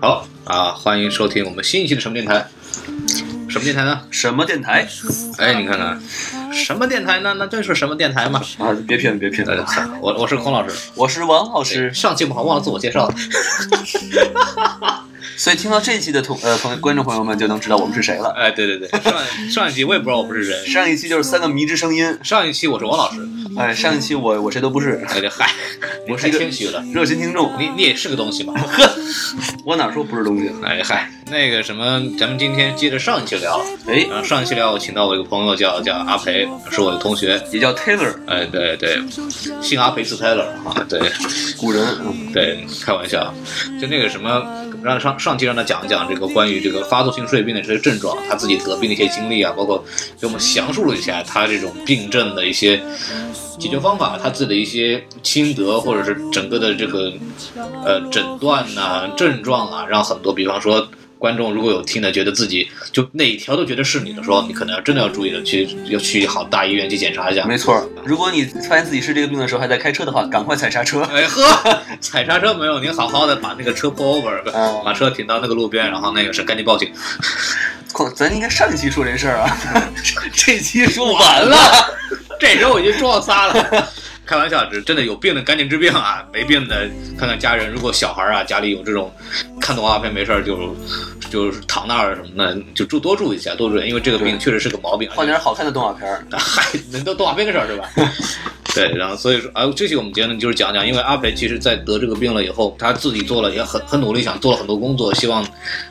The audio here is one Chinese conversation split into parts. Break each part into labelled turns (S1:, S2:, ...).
S1: 好啊，欢迎收听我们新一期的什么电台？什么电台呢？
S2: 什么电台？
S1: 哎，你看看，什么电台呢？那就是什么电台嘛。
S2: 啊，别骗了，别骗
S1: 呃
S2: 了。，
S1: 我我是孔老师，
S2: 我是王老师，
S1: 上期我好像忘了自我介绍了。
S2: 所以听到这一期的同呃朋友观众朋友们就能知道我们是谁了。
S1: 哎，对对对，上上一期我也不知道我不是人，
S2: 上一期就是三个迷之声音，
S1: 上一期我是王老师，
S2: 哎，上一期我我谁都不是，
S1: 哎，这嗨，我是谦虚了。
S2: 热心听众，
S1: 你你也是个东西嘛，
S2: 我哪说不是东西？
S1: 哎嗨，那个什么，咱们今天接着上一期聊，
S2: 哎，
S1: 啊，上一期聊我请到我一个朋友叫叫阿培，是我的同学，
S2: 也叫 Taylor，
S1: 哎对对，姓阿培斯泰勒啊，对
S2: 古人，嗯
S1: 对，开玩笑，就那个什么，让上上期让他讲一讲这个关于这个发作性睡病的这些症状，他自己得病的一些经历啊，包括给我们详述了一下他这种病症的一些解决方法，他自己的一些心得或者是整个的这个呃诊断呐、症状啊，让很多比方说。观众如果有听的，觉得自己就哪条都觉得是你的时候，你可能要真的要注意了，去要去好大医院去检查一下。
S2: 没错儿。啊如果你发现自己是这个病的时候还在开车的话，赶快踩刹 车。
S1: 哎呵，踩刹车没有？您好好的把那个车 pull over，、
S2: 嗯
S1: 把车停到那个路边，然后那个是赶紧报警。
S2: 况咱应该上一期说这事儿啊， 这期说
S1: 完
S2: 完
S1: 了
S2: 了。，
S1: 这时候我已经撞仨了。开玩笑，只真的有病的赶紧治病啊，没病的看看家人。如果小孩啊家里有这种看动画片没事儿就就是躺那儿什么的，就住多住一下，多住一下，因为这个病
S2: 对
S1: 确实是个毛病。
S2: 换点好看的动画片儿。
S1: 嗨， 那都动画片的事儿是 吧？对，然后所以说，啊，这期我们节目就是讲讲，因为阿培其实在得这个病了以后，他自己做了也很很努力，想做了很多工作，希望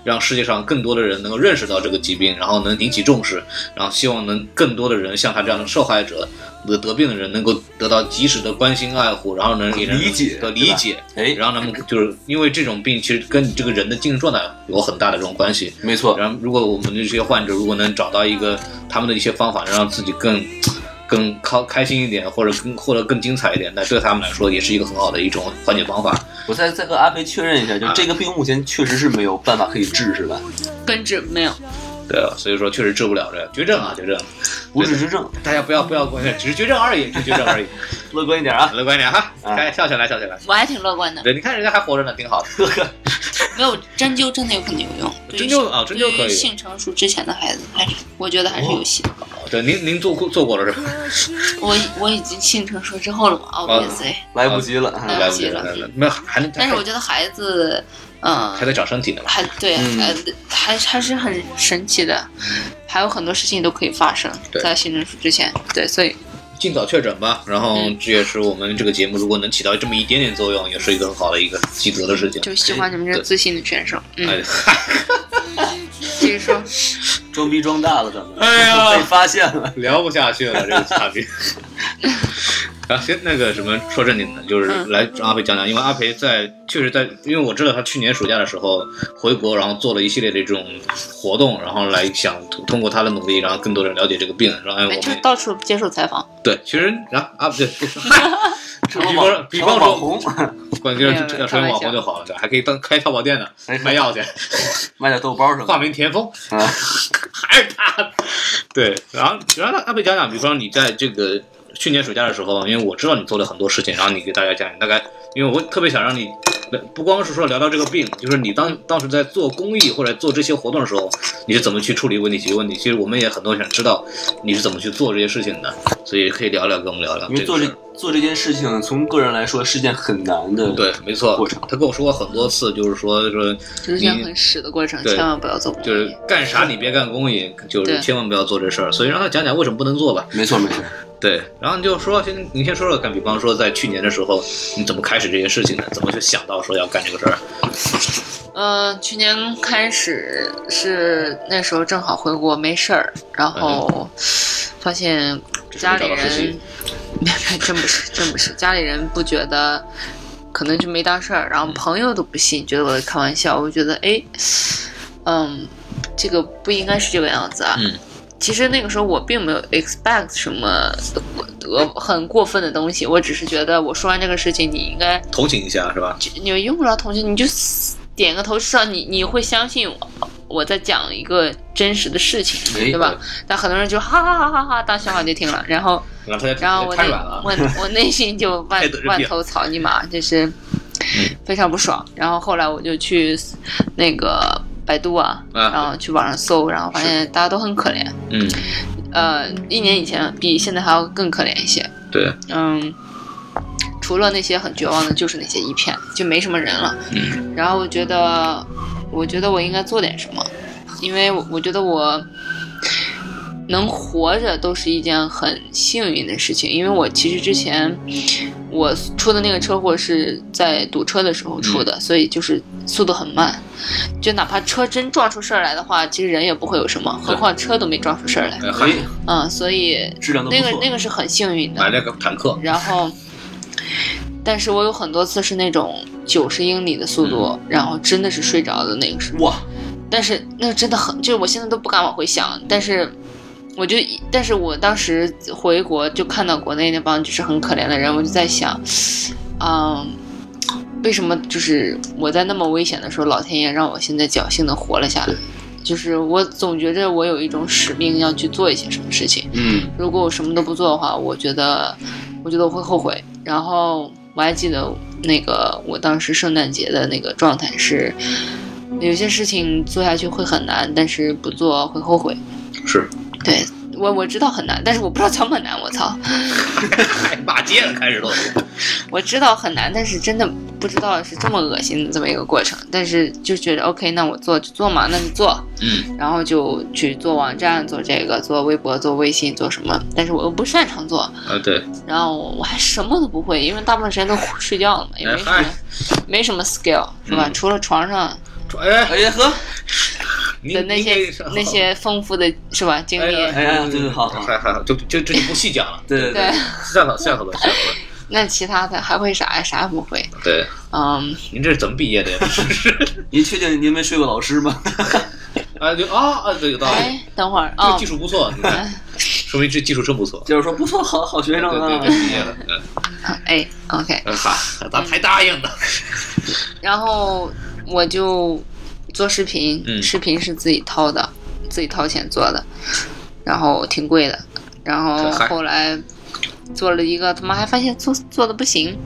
S1: 让世界上更多的人能够认识到这个疾病，然后能引起重视，然后希望能更多的人像他这样的受害者得得病的人能够得到及时的关心爱护，然后能也能
S2: 理解
S1: 得
S2: 对
S1: 理
S2: 吧
S1: 解，
S2: 哎，
S1: 然后他们就是因为这种病其实跟你这个人的精神状态有很大的这种关系，
S2: 没错，
S1: 然后，如果我们这些患者如果能找到一个他们的一些方法，让自己更更开开心一点，或者更或者更精彩一点，那对他们来说也是一个很好的一种缓解方法。
S2: 我再再和阿飞确认一下，就这个病目前确实是没有办法可以治，是吧？
S3: 根治没有，
S1: 对啊，所以说确实治不了这个绝症啊，绝症，
S2: 无治之症，
S1: 大家不要不要关心，只是绝症而已，只是绝症而已，
S2: 乐观一点啊。
S1: 乐观一点哈，
S2: 啊
S1: 开笑起来，笑起来。
S3: 我还挺乐观的。
S1: 对，你看人家还活着呢，挺好的。
S3: 没有针灸真的有可能有用，对
S1: 针
S3: 于
S1: 灸啊针灸可以哦
S3: 对于性成熟之前的孩子还是，我觉得还是有戏。
S1: 对，您您做过做过了是吧？
S3: 我我已经性成熟之后了嘛，obviously，、
S1: 哦
S2: 来不及了啊。
S3: 来不及了
S1: 来不及没有还能，
S3: 但是我觉得孩子，嗯、
S1: 还在长身体呢吧？
S3: 还对，
S2: 嗯
S3: 呃，还还是很神奇的，还有很多事情都可以发生
S1: 嗯对
S3: 在性成熟之前。对，所以
S1: 尽早确诊吧。然后
S3: 嗯
S1: 这也是我们这个节目如果能起到这么一点点作用，也是一个很好的一个积德的事情。
S3: 就喜欢你们这
S1: 对
S3: 自信的选手。嗯，
S1: 哎，嗨。
S3: 继 续说，
S2: 装逼装大了，咱们。
S1: 哎呀
S2: 被发现了。
S1: 聊不下去了，这个嘉宾。 啊，行，那个什么，说正经的，就是
S3: 嗯
S1: 来让阿培讲讲，因为阿培在确实在，因为我知道他去年暑假的时候回国，然后做了一系列的这种活动，然后来想通过他的努力，然后更多人了解这个病，然后哎 我
S3: 哎就
S1: 们
S3: 到处接受采访，
S1: 对，其实啊啊 不对，嗨
S2: 成了
S1: 比
S2: 网
S1: 方比
S2: 成了
S1: 方说
S2: 网红，
S1: 关键
S3: 没
S1: 是
S3: 有
S1: 要成为网红就好了，对还可以当开淘宝店的
S2: 哎
S1: 卖药去，
S2: 卖点豆包什么
S1: 化名田丰。
S2: 的啊？
S1: 还是他。 对，然后然后他被讲讲，比如说你在这个去年暑假的时候，因为我知道你做了很多事情，然后你给大家讲，大概因为我特别想让你不光是说聊到这个病，就是你当当时在做公益或者做这些活动的时候，你是怎么去处理问题、解决问题？其实我们也很多想知道你是怎么去做这些事情的，所以可以聊聊，跟我们聊聊
S2: 因为
S1: 这
S2: 做
S1: 个
S2: 这
S1: 事儿。
S2: 做这件事情，从个人来说是件很难的。
S1: 对，没错
S2: 过程，
S1: 他跟我说过很多次，就是说说
S3: 就是件很屎的过程，
S1: 嗯对
S3: 千万不要做公益。
S1: 就是干啥你别干公益，就是
S3: 对
S1: 千万不要做这事儿。所以让他讲讲为什么不能做吧。
S2: 没错没错。
S1: 对，然后你就说，先你先说说看，比方说在去年的时候，你怎么开始这些事情的？怎么就想到说要干这个事儿？
S3: 呃，去年开始是那时候正好回国没事儿，然后发现
S1: 这是
S3: 家
S1: 没
S3: 里
S1: 找到实
S3: 人
S1: 习，
S3: 真不是真不是，家里人不觉得，可能就没当事儿，然后朋友都不信，觉得我在开玩笑，我觉得哎，嗯，这个不应该是这个样子啊。
S1: 嗯
S3: 其实那个时候我并没有 expect 什么呃很过分的东西，我只是觉得我说完这个事情，你应该
S1: 同情一下是吧？
S3: 就你们用不着同情，你就点个头，至少你你会相信我，我在讲一个真实的事情，
S2: 哎
S3: 对吧？但很多人就哈哈哈哈哈当笑话就 听了，然后
S1: 然后他就
S3: 然后我内
S1: 太软了，
S3: 我我内心就万
S1: 太得人嗯
S3: 万
S1: 病
S3: 头草泥马，就是非常不爽。然后后来我就去那个百度啊，
S1: 啊
S3: 然后去网上搜，然后发现大家都很可怜，
S1: 嗯，
S3: 呃，一年以前比现在还要更可怜一些，
S1: 对，
S3: 嗯。除了那些很绝望的，就是那些一片，就没什么人了。
S1: 嗯
S3: 然后我觉得，我觉得我应该做点什么，因为我我觉得我能活着都是一件很幸运的事情。因为我其实之前我出的那个车祸是在堵车的时候出的，所以就是速度很慢。就哪怕车真撞出事儿来的话，其实人也不会有什么，何况车都没撞出事儿来。
S1: 呃还
S2: 哎，
S3: 嗯，所以
S2: 质量都不
S3: 那
S2: 错。
S3: 个那个是很幸运的。
S1: 买了个坦克，
S3: 然后，但是我有很多次是那种九十英里的速度，然后真的是睡着的那个时候。
S2: 哇，
S3: 但是那个真的很，就是我现在都不敢往回想。但是，我就，但是我当时回国就看到国内那帮就是很可怜的人，我就在想，嗯。为什么就是我在那么危险的时候，老天爷让我现在侥幸的活了下来
S2: 对？
S3: 就是我总觉着我有一种使命要去做一些什么事情，
S2: 嗯，
S3: 如果我什么都不做的话，我觉得，我觉得我会后悔。然后我还记得那个我当时圣诞节的那个状态是，有些事情做下去会很难，但是不做会后悔。
S1: 是，
S3: 对我我知道很难，但是我不知道 怎么难。我操，
S1: 还骂街了，开始都，
S3: 我知道很难，但是真的不知道是这么恶心的这么一个过程。但是就觉得 OK，那我做就做嘛，那就做。
S1: 嗯
S3: 然后就去做网站，做这个，做微博，做微信，做什么，但是我又不擅长做。
S1: 啊对，
S3: 然后我还什么都不会，因为大部分时间都睡觉了嘛，也没什么
S1: 哎
S3: 没什么 skill 是吧？
S1: 嗯
S3: 除了床上
S1: 说哎，
S2: 哎呀呵，
S1: 你
S3: 的那些那。些丰富的是吧经历，
S2: 哎呀对对好好
S1: 还还好，就就这就不细讲了，
S2: 对对
S3: 对，
S1: 下头下头吧，下头吧。
S3: 那其他的还会啥呀？啥也不会。
S1: 对，
S3: 嗯，
S1: 您这是怎么毕业的呀？
S2: 您确定您没睡过老师吗？
S1: 啊，就啊啊，对，有道理。
S3: 哎，等会儿
S1: 这个
S3: 哦
S1: 技，术不错，你 看，说明这技术真不错。
S2: 就是说不错，好好学
S1: 对
S2: 生
S1: 对
S2: 啊
S1: 对，。毕业了。嗯
S3: 哎，OK，
S1: 呃 哈，咋才答应的？
S3: 然后我就做视频，
S1: 嗯
S3: 视频是自己掏的，自己掏钱做的，然后挺贵的。然后
S1: 嗨
S3: 后来做了一个，他妈还发现做做的不行，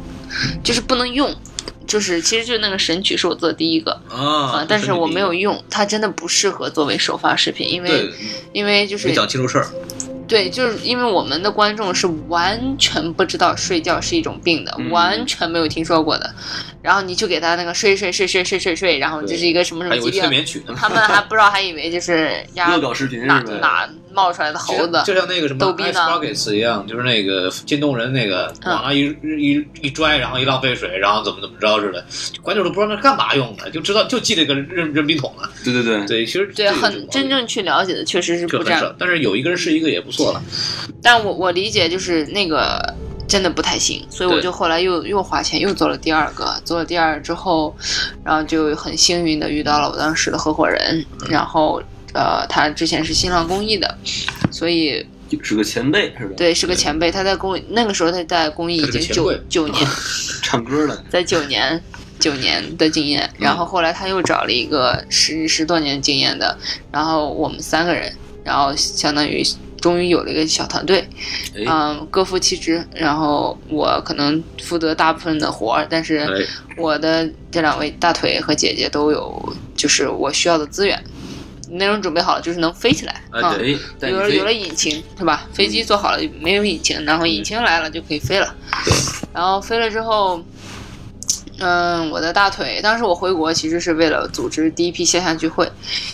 S3: 就是不能用，就是其实就是那个神曲是我做的第一个
S1: 啊
S3: 啊，但是我没有
S1: 用，
S3: 用，它真的不适合作为首发视频，因为
S1: 对，
S3: 因为就是
S1: 没讲清楚事儿，
S3: 对，就是因为我们的观众是完全不知道睡觉是一种病的，
S2: 嗯
S3: 完全没有听说过的。然后你就给他那个睡睡睡睡睡睡睡，然后这是一个什么什
S1: 还
S3: 么
S1: 有
S3: 疾
S1: 个催
S3: 病，
S1: 眠曲呢。
S3: 他们还不知道，还以为就是
S2: 恶
S3: 呀
S2: 搞视频
S3: 哪
S2: 是吧？
S3: 哪冒出来的 猴子。
S1: 就像那个什么
S3: 逗逼
S1: Ice
S3: 呢
S1: Buckets 一样，就是那个渐冻人那个
S3: 嗯
S1: 往那一一一拽，然后一浪费水，然后怎么怎么着似的，就观众都不知道那干嘛用的，就知道就记这个扔扔笔筒了。
S2: 对对对，
S1: 对，其实
S3: 对，
S1: 这个就
S3: 很真正去了解的确实是
S1: 就
S3: 不
S1: 很
S3: 这样
S1: 少，但是有一个人是一个也不错了。
S3: 但我我理解就是那个真的不太行，所以我
S1: 对
S3: 就后来又又花钱又做了第二个，做了第二个之后，然后就很幸运的遇到了我当时的合伙人，
S1: 嗯
S3: 然后呃，他之前是新浪公益的，所以
S2: 是个前辈是吧？，
S3: 对是个前辈，他在公益那个时候他在公益已
S1: 他是
S3: 经
S1: 个前
S3: 九
S1: 辈
S3: 九 年，
S2: 唱歌的，
S3: 在九年。九年的经验，然
S1: 嗯
S3: 后后来他又找了一个十十多年经验的，然后我们三个人，然后相当于终于有了一个小团队，
S2: 哎，
S3: 嗯，各负其职。然后我可能负责大部分的活儿，但
S1: 哎
S3: 是我的这两位大腿和姐姐都有，就是我需要的资源。内容准备好了，就是能飞起来
S1: 哎
S3: 啊！
S2: 哎，带你
S3: 有了
S2: 飞
S3: 有了引擎是吧？飞
S1: 嗯
S3: 机做好了没有引擎，然后引擎来了就可以飞了。
S1: 对，
S3: 然后飞了之后，嗯，我的大腿，当时我回国其实是为了组织第一批线下聚会，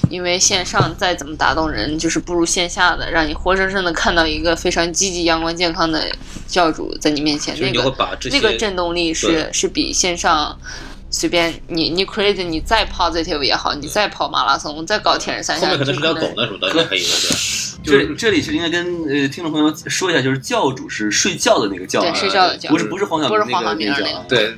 S3: 因为线上再怎么打动人，就是不如线下的，让你活生生的看到一个非常积极、阳光、健康的教主在你面前，
S1: 其实
S3: 那
S1: 你会
S3: 个
S1: 把这些
S3: 那个震动力是
S1: 对
S3: 是比线上。随便你你 crazy，你再跑 positive 也好，你再跑马拉松，再搞铁人三
S1: 后
S3: 项，
S1: 面可能
S3: 就是
S1: 条狗呢什么的，可以的，
S2: 这里这里是应该跟呃听众朋友说一下，就是教主是睡觉的那个教啊，
S3: 对睡觉的教
S2: 不是不是黄晓
S3: 不是
S2: 明那
S3: 黄
S2: 个
S3: 晓明
S2: 那
S3: 那
S2: 个
S3: 个
S2: 啊，
S1: 对对。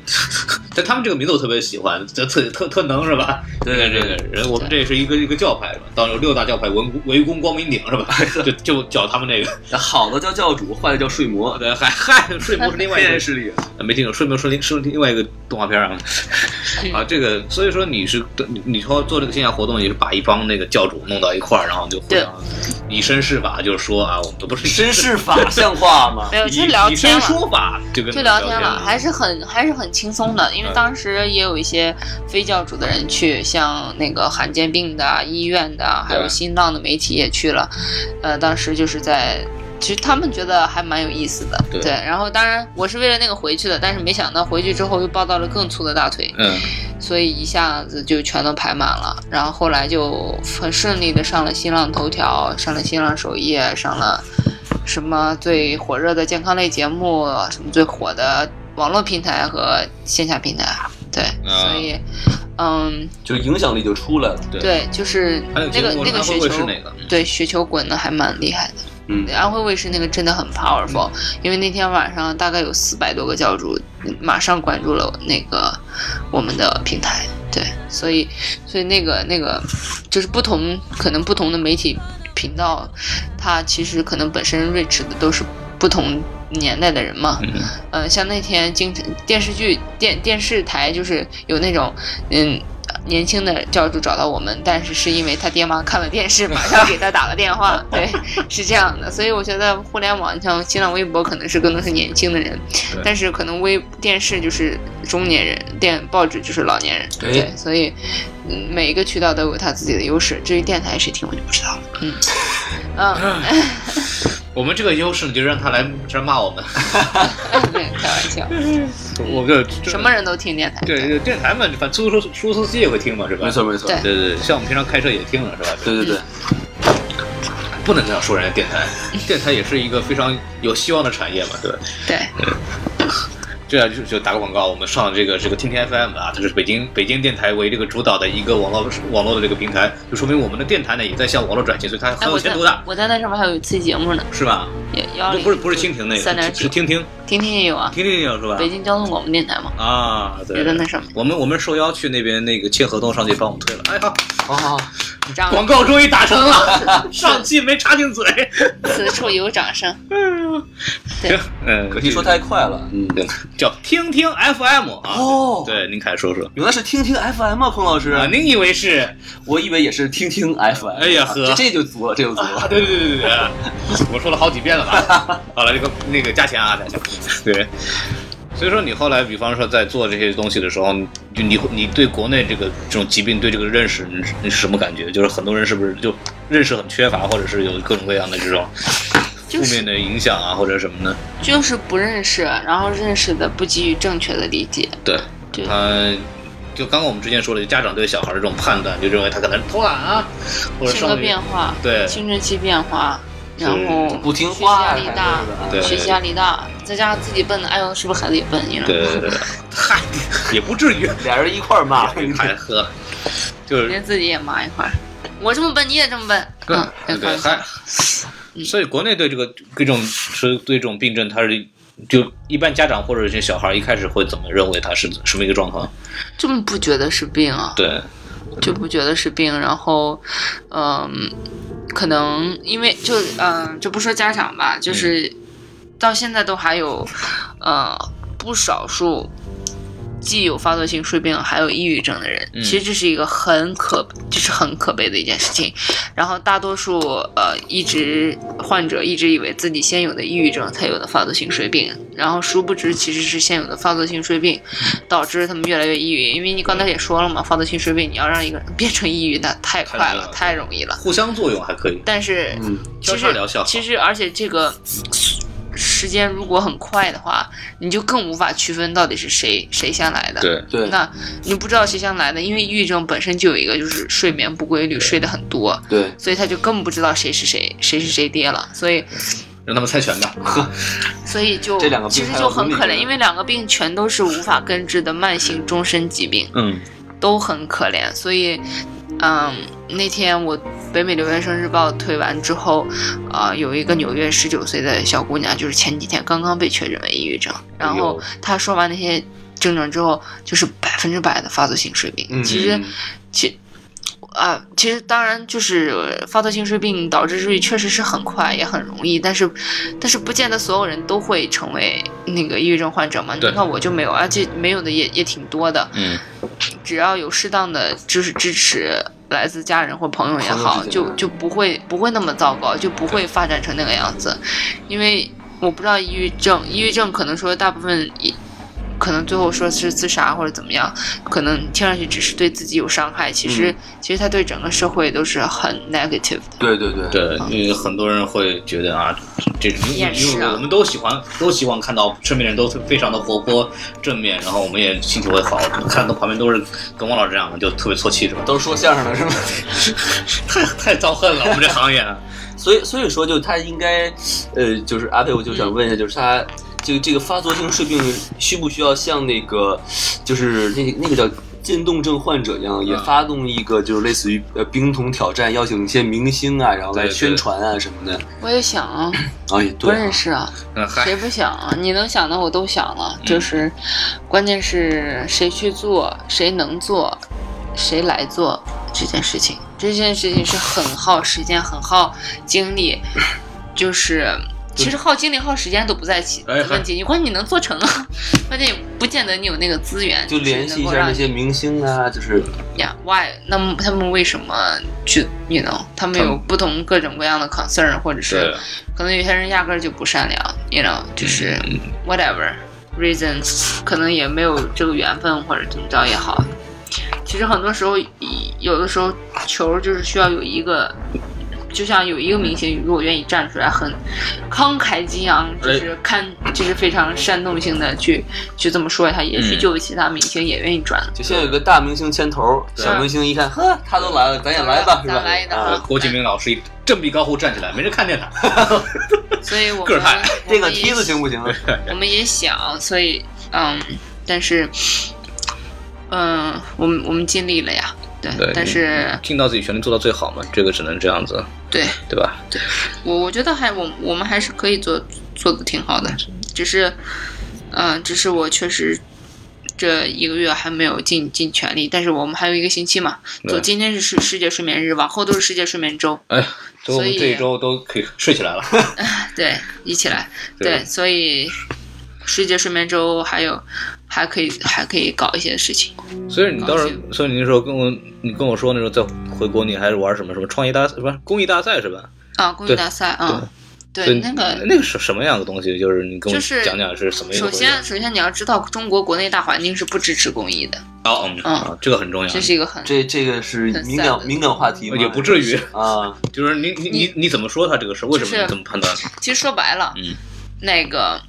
S1: 但他们这个名字我特别喜欢，这特特特能是吧？
S2: 对
S1: 这个这
S3: 嗯
S1: 个人，我们这是一个一个教派是吧？到时候六大教派文围攻光明顶 是吧？就就叫他们那个，
S2: 那好的叫教主，坏的叫睡魔，
S1: 对，还嗨，睡魔是另外
S2: 黑
S1: 一个
S2: 暗势力。
S1: 没听懂，顺便说另说另外一个动画片啊，
S3: 嗯
S1: 啊，这个所以说你是你你说做这个线下活动，也是把一帮那个教主弄到一块儿，然后就互相以身试法，就是说啊，我们都不是
S2: 绅士法像话吗
S3: 没？有
S1: 以
S3: 就聊
S1: 以
S3: 天
S1: 身
S3: 了。
S1: 说法，就跟
S3: 就
S1: 他们
S3: 聊
S1: 聊
S3: 天了，还是很还是很轻松的，因为
S1: 嗯
S3: 当时也有一些非教主的人去，像那个罕见病的啊医院的，还有
S1: 对
S3: 新浪的媒体也去了，呃，当时就是在。其实他们觉得还蛮有意思的，
S1: 对
S3: 然后当然我是为了那个回去的，但是没想到回去之后又抱到了更粗的大腿，
S1: 嗯，
S3: 所以一下子就全都排满了。然后后来就很顺利的上了新浪头条，上了新浪首页，上了什么最火热的健康类节目，什么最火的网络平台和线下平台。对，
S1: 啊
S3: 所以，嗯，
S2: 就影响力就出来了。
S1: 对
S3: 对，就是
S1: 还有
S3: 那个
S1: 结果
S3: 那个
S1: 安
S3: 雪
S1: 徽卫视
S3: 球，
S1: 那 个，
S3: 对雪球滚的还蛮厉害的。
S2: 嗯
S3: 对，啊安徽卫视那个真的很 powerful，因为那天晚上大概有四百多个教主马上关注了那个我们的平台，对，所以所以那个那个就是不同可能不同的媒体频道，它其实可能本身 reach 的都是不同年代的人嘛，
S1: 嗯
S3: 呃，像那天经常电视剧电电视台就是有那种嗯。年轻的教主找到我们，但是是因为他爹妈看了电视，马上给他打了电话，对，是这样的。所以我觉得互联网像新浪微博可能是更多是年轻的人
S1: 对，
S3: 但是可能微电视就是中年人，电报纸就是老年人，
S2: 哎
S3: 对，所以嗯每一个渠道都有它自己的优势。至于电台谁听，我就不知道了。嗯，嗯，
S1: 我们这个优势你就让他来这儿骂我们，
S3: 哎对，开玩笑，
S1: 我就
S3: 嗯什么人都听电台，
S1: 对对电台嘛，反正出租车出租车司机也会听嘛，是吧？
S2: 没错没错，
S3: 对
S1: 对对，对像我们平常开车也听了，是吧？
S2: 对对对，
S1: 不能这样说人家电台，电台也是一个非常有希望的产业嘛，对吧？
S3: 对，
S1: 这样就就打个广告，我们上这个这个听天 FM 啊，它是北京北京电台为这个主导的一个网络网络的这个平台，就说明我们的电台呢也在向网络转型，所以它
S3: 哎，
S1: 很有
S3: 我
S1: 前
S3: 在
S1: 途的，
S3: 我在那上面还有一期节目呢，
S1: 是吧？
S3: 也幺
S1: 不
S3: 零
S1: 不是不是蜻蜓那
S3: 三点
S1: 个，是
S3: 九
S1: 是，听听
S3: 听听也有啊，
S1: 听听有是吧？
S3: 北京交通广播电台嘛，
S1: 啊，
S3: 也在
S1: 对。
S3: 那上面。
S1: 我们我们受邀去那边那个签合同，上去帮我们推了。哎呀，
S2: 好好好，
S3: 鼓
S2: 啊
S3: 掌，
S1: 广告终于打成 了，上期没插进嘴。
S3: 此处有掌声。
S1: 嗯，
S2: 可惜说太快了。嗯，对，
S1: 叫听听 FM 啊。
S2: 哦
S1: 对，您凯说说
S2: 原来是听听 FM 啊，孔老师，
S1: 啊，您以为是？
S2: 我以为也是听听 FM。
S1: 哎呀呵
S2: 这这就足了，这就足了。
S1: 啊，对对对对对，啊我说了好几遍了 吧？好了，这个那个加钱啊，加钱。对，所以说你后来，比方说在做这些东西的时候，你就你你对国内这个这种疾病对这个认识，你是你是什么感觉？就是很多人是不是就认识很缺乏，或者是有各种各样的这种负
S3: 就是
S1: 面的影响啊，或者什么呢？
S3: 就是不认识，然后认识的不给予正确的理解。
S1: 对，
S3: 对
S1: 他。就刚刚我们之前说的，就家长对小孩的这种判断，就认为他可能偷懒啊，或者
S3: 性格
S1: 上
S3: 变化，
S1: 对
S3: 青春期变化，然后
S2: 不听话呀，
S3: 学习压力
S2: 还
S3: 大
S2: 是的啊
S1: 对
S3: 学习压力大，再加上自己笨，哎呦，是不是孩子也笨？你知道
S1: 对
S3: 吗？
S1: 对对，对嗨，也不至于，
S2: 俩人一块 儿骂，
S1: 还喝，就是
S3: 连自己也骂一块儿。我这么笨，你也这么笨。嗯，开
S1: 对，
S3: 玩笑
S1: 还，所以国内对这个这种是对这种病症，它是就一般家长或者是小孩一开始会怎么认为它是什么一个状况？
S3: 这么不觉得是病啊？
S1: 对，
S3: 就不觉得是病，然后，嗯，可能因为就嗯，就不说家长吧，就是到现在都还有，呃，不少数既有发作性睡病，还有抑郁症的人，
S1: 嗯
S3: 其实这是一个很可，这是很可悲的一件事情。然后大多数呃，一直患者一直以为自己先有的抑郁症才有的发作性睡病，然后殊不知其实是先有的发作性睡病，导致他们越来越抑郁。因为你刚才也说了嘛，发作性睡病你要让一个人变成抑郁，那太
S1: 太
S3: 快
S1: 难
S3: 了
S1: 了，
S3: 太容易了。
S1: 互相作用还可以。
S3: 但是
S2: 嗯，
S3: 其
S1: 交叉
S3: 实
S1: 疗效好
S3: 其实而且这个时间如果很快的话，你就更无法区分到底是谁谁先来的。
S1: 对，
S2: 对
S3: 那你不知道谁先来的，因为抑郁症本身就有一个就是睡眠不规律，睡得很多，
S2: 对，
S3: 所以他就更不知道谁是谁谁是谁爹了，所以
S1: 让他们猜拳吧。
S3: 所以就
S2: 这两个病
S3: 其实
S2: 还有
S3: 就很可
S2: 伦理
S3: 怜，
S2: 病
S3: 因为两个病全都是无法根治的慢性终身疾病。
S1: 嗯，
S3: 都很可怜，所以，嗯，那天我北美留学生日报推完之后，呃，有一个纽约十九岁的小姑娘，就是前几天刚刚被确诊为抑郁症，然
S2: 哎
S3: 后她说完那些症状之后，就是百分之百的发作性睡病。
S2: 嗯，
S3: 其实
S2: 嗯，
S3: 其啊，其实当然就是呃发作性睡病导致治愈确实是很快也很容易，但是但是不见得所有人都会成为那个抑郁症患者嘛。你
S1: 对
S3: 看我就没有，而且没有的也也挺多的。
S1: 嗯，
S3: 只要有适当的就是支持，来自家人或朋友也好，
S2: 朋友之间
S3: 就就不会不会那么糟糕，就不会发展成那个样子。因为我不知道抑郁症，抑郁症可能说大部分也可能最后说是自杀或者怎么样，可能听上去只是对自己有伤害，其实、
S2: 嗯
S3: 其实它对整个社会都是很 negative 的。
S2: 对对对，
S1: 对，因为很多人会觉得啊，这种
S3: 也是啊
S1: 因为我们都喜欢，都希望看到身边人都非常的活泼正面，然后我们也心情会好。看到旁边都是跟汪老师这样的， 就特别错气，是吧？
S2: 都是说相声的是吧？
S1: 太太遭恨了，我 们这行业。
S2: 所以所以说，就他应该，呃，就是阿佩，我就想问一下，就是他这个这个发作性睡病需不需要像那个，就是那那个叫渐冻症患者一样，
S1: 嗯
S2: 也发动一个就是类似于呃冰桶挑战，邀请一些明星啊，然后来
S1: 对对
S2: 宣传啊什么的。
S3: 我也想啊，
S2: 啊，也
S3: 不
S2: 对
S3: 认
S2: 啊，
S3: 识啊，
S1: 嗯，嗨
S3: 谁，不想啊？你能想的我都想了，
S2: 嗯
S3: 就是关键是谁去做，谁能做，谁来做这件事情。这件事情是很耗时间，很耗精力，就是其实耗精力、耗时间都不在其
S1: 哎嗨
S3: 问题，你关键你能做成啊， 关键也不见得你有那个资源，
S2: 就联
S3: 是
S2: 系
S3: 能
S2: 一
S3: 够
S2: 下
S3: 让
S2: 那
S3: 你
S2: 些明星啊，就是
S3: 呀，why？那么他们为什么去？you know，他们
S1: 他们
S3: 有不同各种各样的 concern，或者是
S1: 对，
S3: 可能有些人压根儿就不善良，you know，就是
S1: 嗯
S3: whatever reasons，可能也没有这个缘分或者怎么着也好。其实很多时候，以有的时候球就是需要有一个，就像有一个明星，如果愿意站出来，很慷慨激昂，
S1: 哎
S3: 就是看就是非常煽动性的去去这么说一下，也许
S1: 嗯
S3: 就有其他明星也愿意转。
S2: 就先有个大明星牵头，
S1: 对
S2: 小明星一看，呵，他都来了，咱也来吧，是
S3: 咱
S2: 吧？
S3: 来一趟
S2: 啊，
S1: 郭敬明老师一振臂高呼站起来，没人看见 他。
S3: 所以我
S1: 个儿
S3: 们
S1: 大
S3: 我
S2: 这
S3: 们
S2: 个
S3: 也
S2: 梯子行不啊行？
S3: 我们也想，所以嗯，但是嗯，我们我们尽力了呀，对，
S1: 对
S3: 但是
S1: 尽到自己全力做到最好嘛，这个只能这样子，
S3: 对
S1: 对吧？
S3: 我我觉得还我我们还是可以做做的挺好的，只是嗯，只是我确实。这一个月还没有尽尽全力，但是我们还有一个星期嘛。
S1: 对
S3: 就今天是世世界睡眠日，往后都是世界睡眠周。
S1: 哎呀，所以我
S3: 所
S1: 们
S3: 以
S1: 这一周都可以睡起来了。
S3: 对，一起来。
S1: 对
S3: 对，所以世界睡眠周还有还可以还可以搞一些事情。
S1: 所以你到时
S3: 高
S1: 候，所以你那时候跟我，你跟我说那时候在回国，你还是玩什么什么创业大什么公益大赛是吧？
S3: 啊，公益
S1: 对
S3: 大赛啊，
S1: 所以哎
S3: 对那个。
S1: 那个是什么样的东西？就是你跟我
S3: 就是
S1: 讲讲是什么一个
S3: 首
S1: 回事。
S3: 先，首先你要知道，中国国内大环境是不支持公益的，
S1: 哦，嗯啊，这个很重要
S3: 这，是一个很
S2: 这这个是敏感敏感话题吗？
S1: 也不至于。
S2: 啊，
S1: 就是你你你你怎么说他这个事？为什
S3: 就
S1: 么
S3: 是
S1: 你这么判断？
S3: 其实说白了，
S1: 嗯
S3: 那个